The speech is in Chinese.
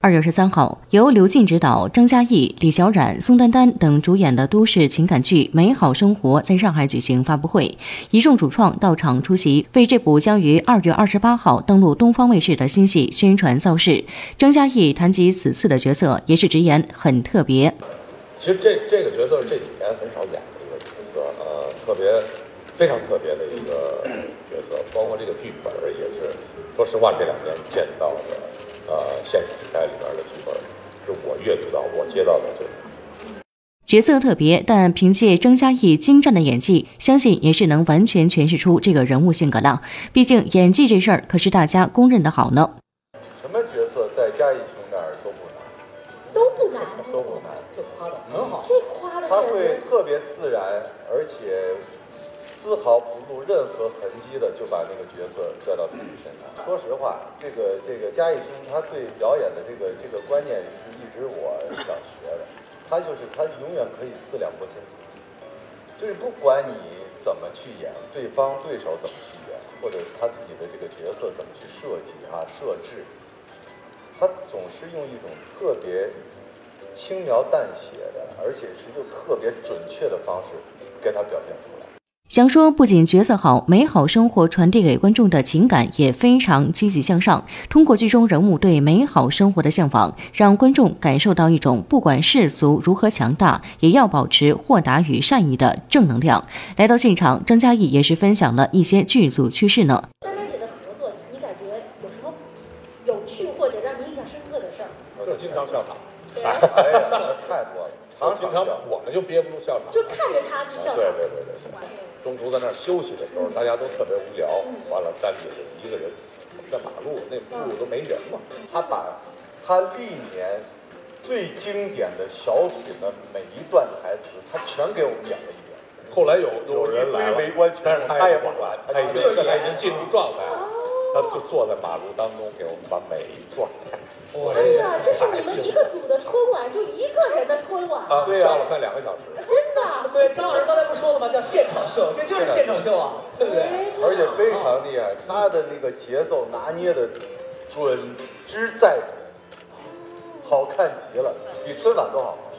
二月十三号，由刘静执导、张嘉译、李小冉、宋丹丹等主演的都市情感剧《美好生活》在上海举行发布会，一众主创到场出席，为这部将于二月二十八号登陆东方卫视的新戏宣传造势。张嘉译谈及此次的角色，也是直言很特别。其实这这个角色是这几年很少演的一个角色，呃，特别非常特别的一个角色，包括这个剧本儿也是，说实话这两年见到的。呃，现实题材里边的剧本是我阅读到、我接到的这个。角色特别，但凭借张嘉译精湛的演技，相信也是能完全诠释出这个人物性格了。毕竟演技这事儿可是大家公认的好呢。什么角色在嘉译兄那儿都不难，都不难，都不难，这夸的很好。这夸的他会特别自然，而且丝毫不露任何痕迹的就把那个角色拽到自己身上。说实话，这个这个嘉义兄他对表演的这个这个观念是一直我想学的，他就是他永远可以四两拨千斤，就是不管你怎么去演，对方对手怎么去演，或者他自己的这个角色怎么去设计啊设置，他总是用一种特别轻描淡写的，而且是用特别准确的方式给他表现出来。想说，不仅角色好，美好生活传递给观众的情感也非常积极向上。通过剧中人物对美好生活的向往，让观众感受到一种不管世俗如何强大，也要保持豁达与善意的正能量。来到现场，张嘉译也是分享了一些剧组趋势呢。丹丹姐的合作，你感觉有什么有趣或者让你印象深刻的事儿？我经常笑场，对，哎呀，太多了，我常经常常笑我们就憋不住笑场。就看着他就笑对场。对对对对，中途在那儿休息的时候，大家都特别无聊，完了丹姐就一个人在马路那路都没人嘛，他把他历年最经典的小品的每一段台词，他全给我们演了一遍。后来有有人来一了堆围观群众但是他也也不管他已经他已经进入状态了，他就坐在马路当中给我们把每一段台词。哎呀，这是你们一个组的春晚，就一个人的春晚，啊，对呀笑了快两个小时。真的。对，张老师刚才不是说了吗？叫现场秀，这就是现场秀啊，对不对？哎，真的而且非常厉害，他的那个节奏拿捏的准之在准，好看极了，比春晚都好看。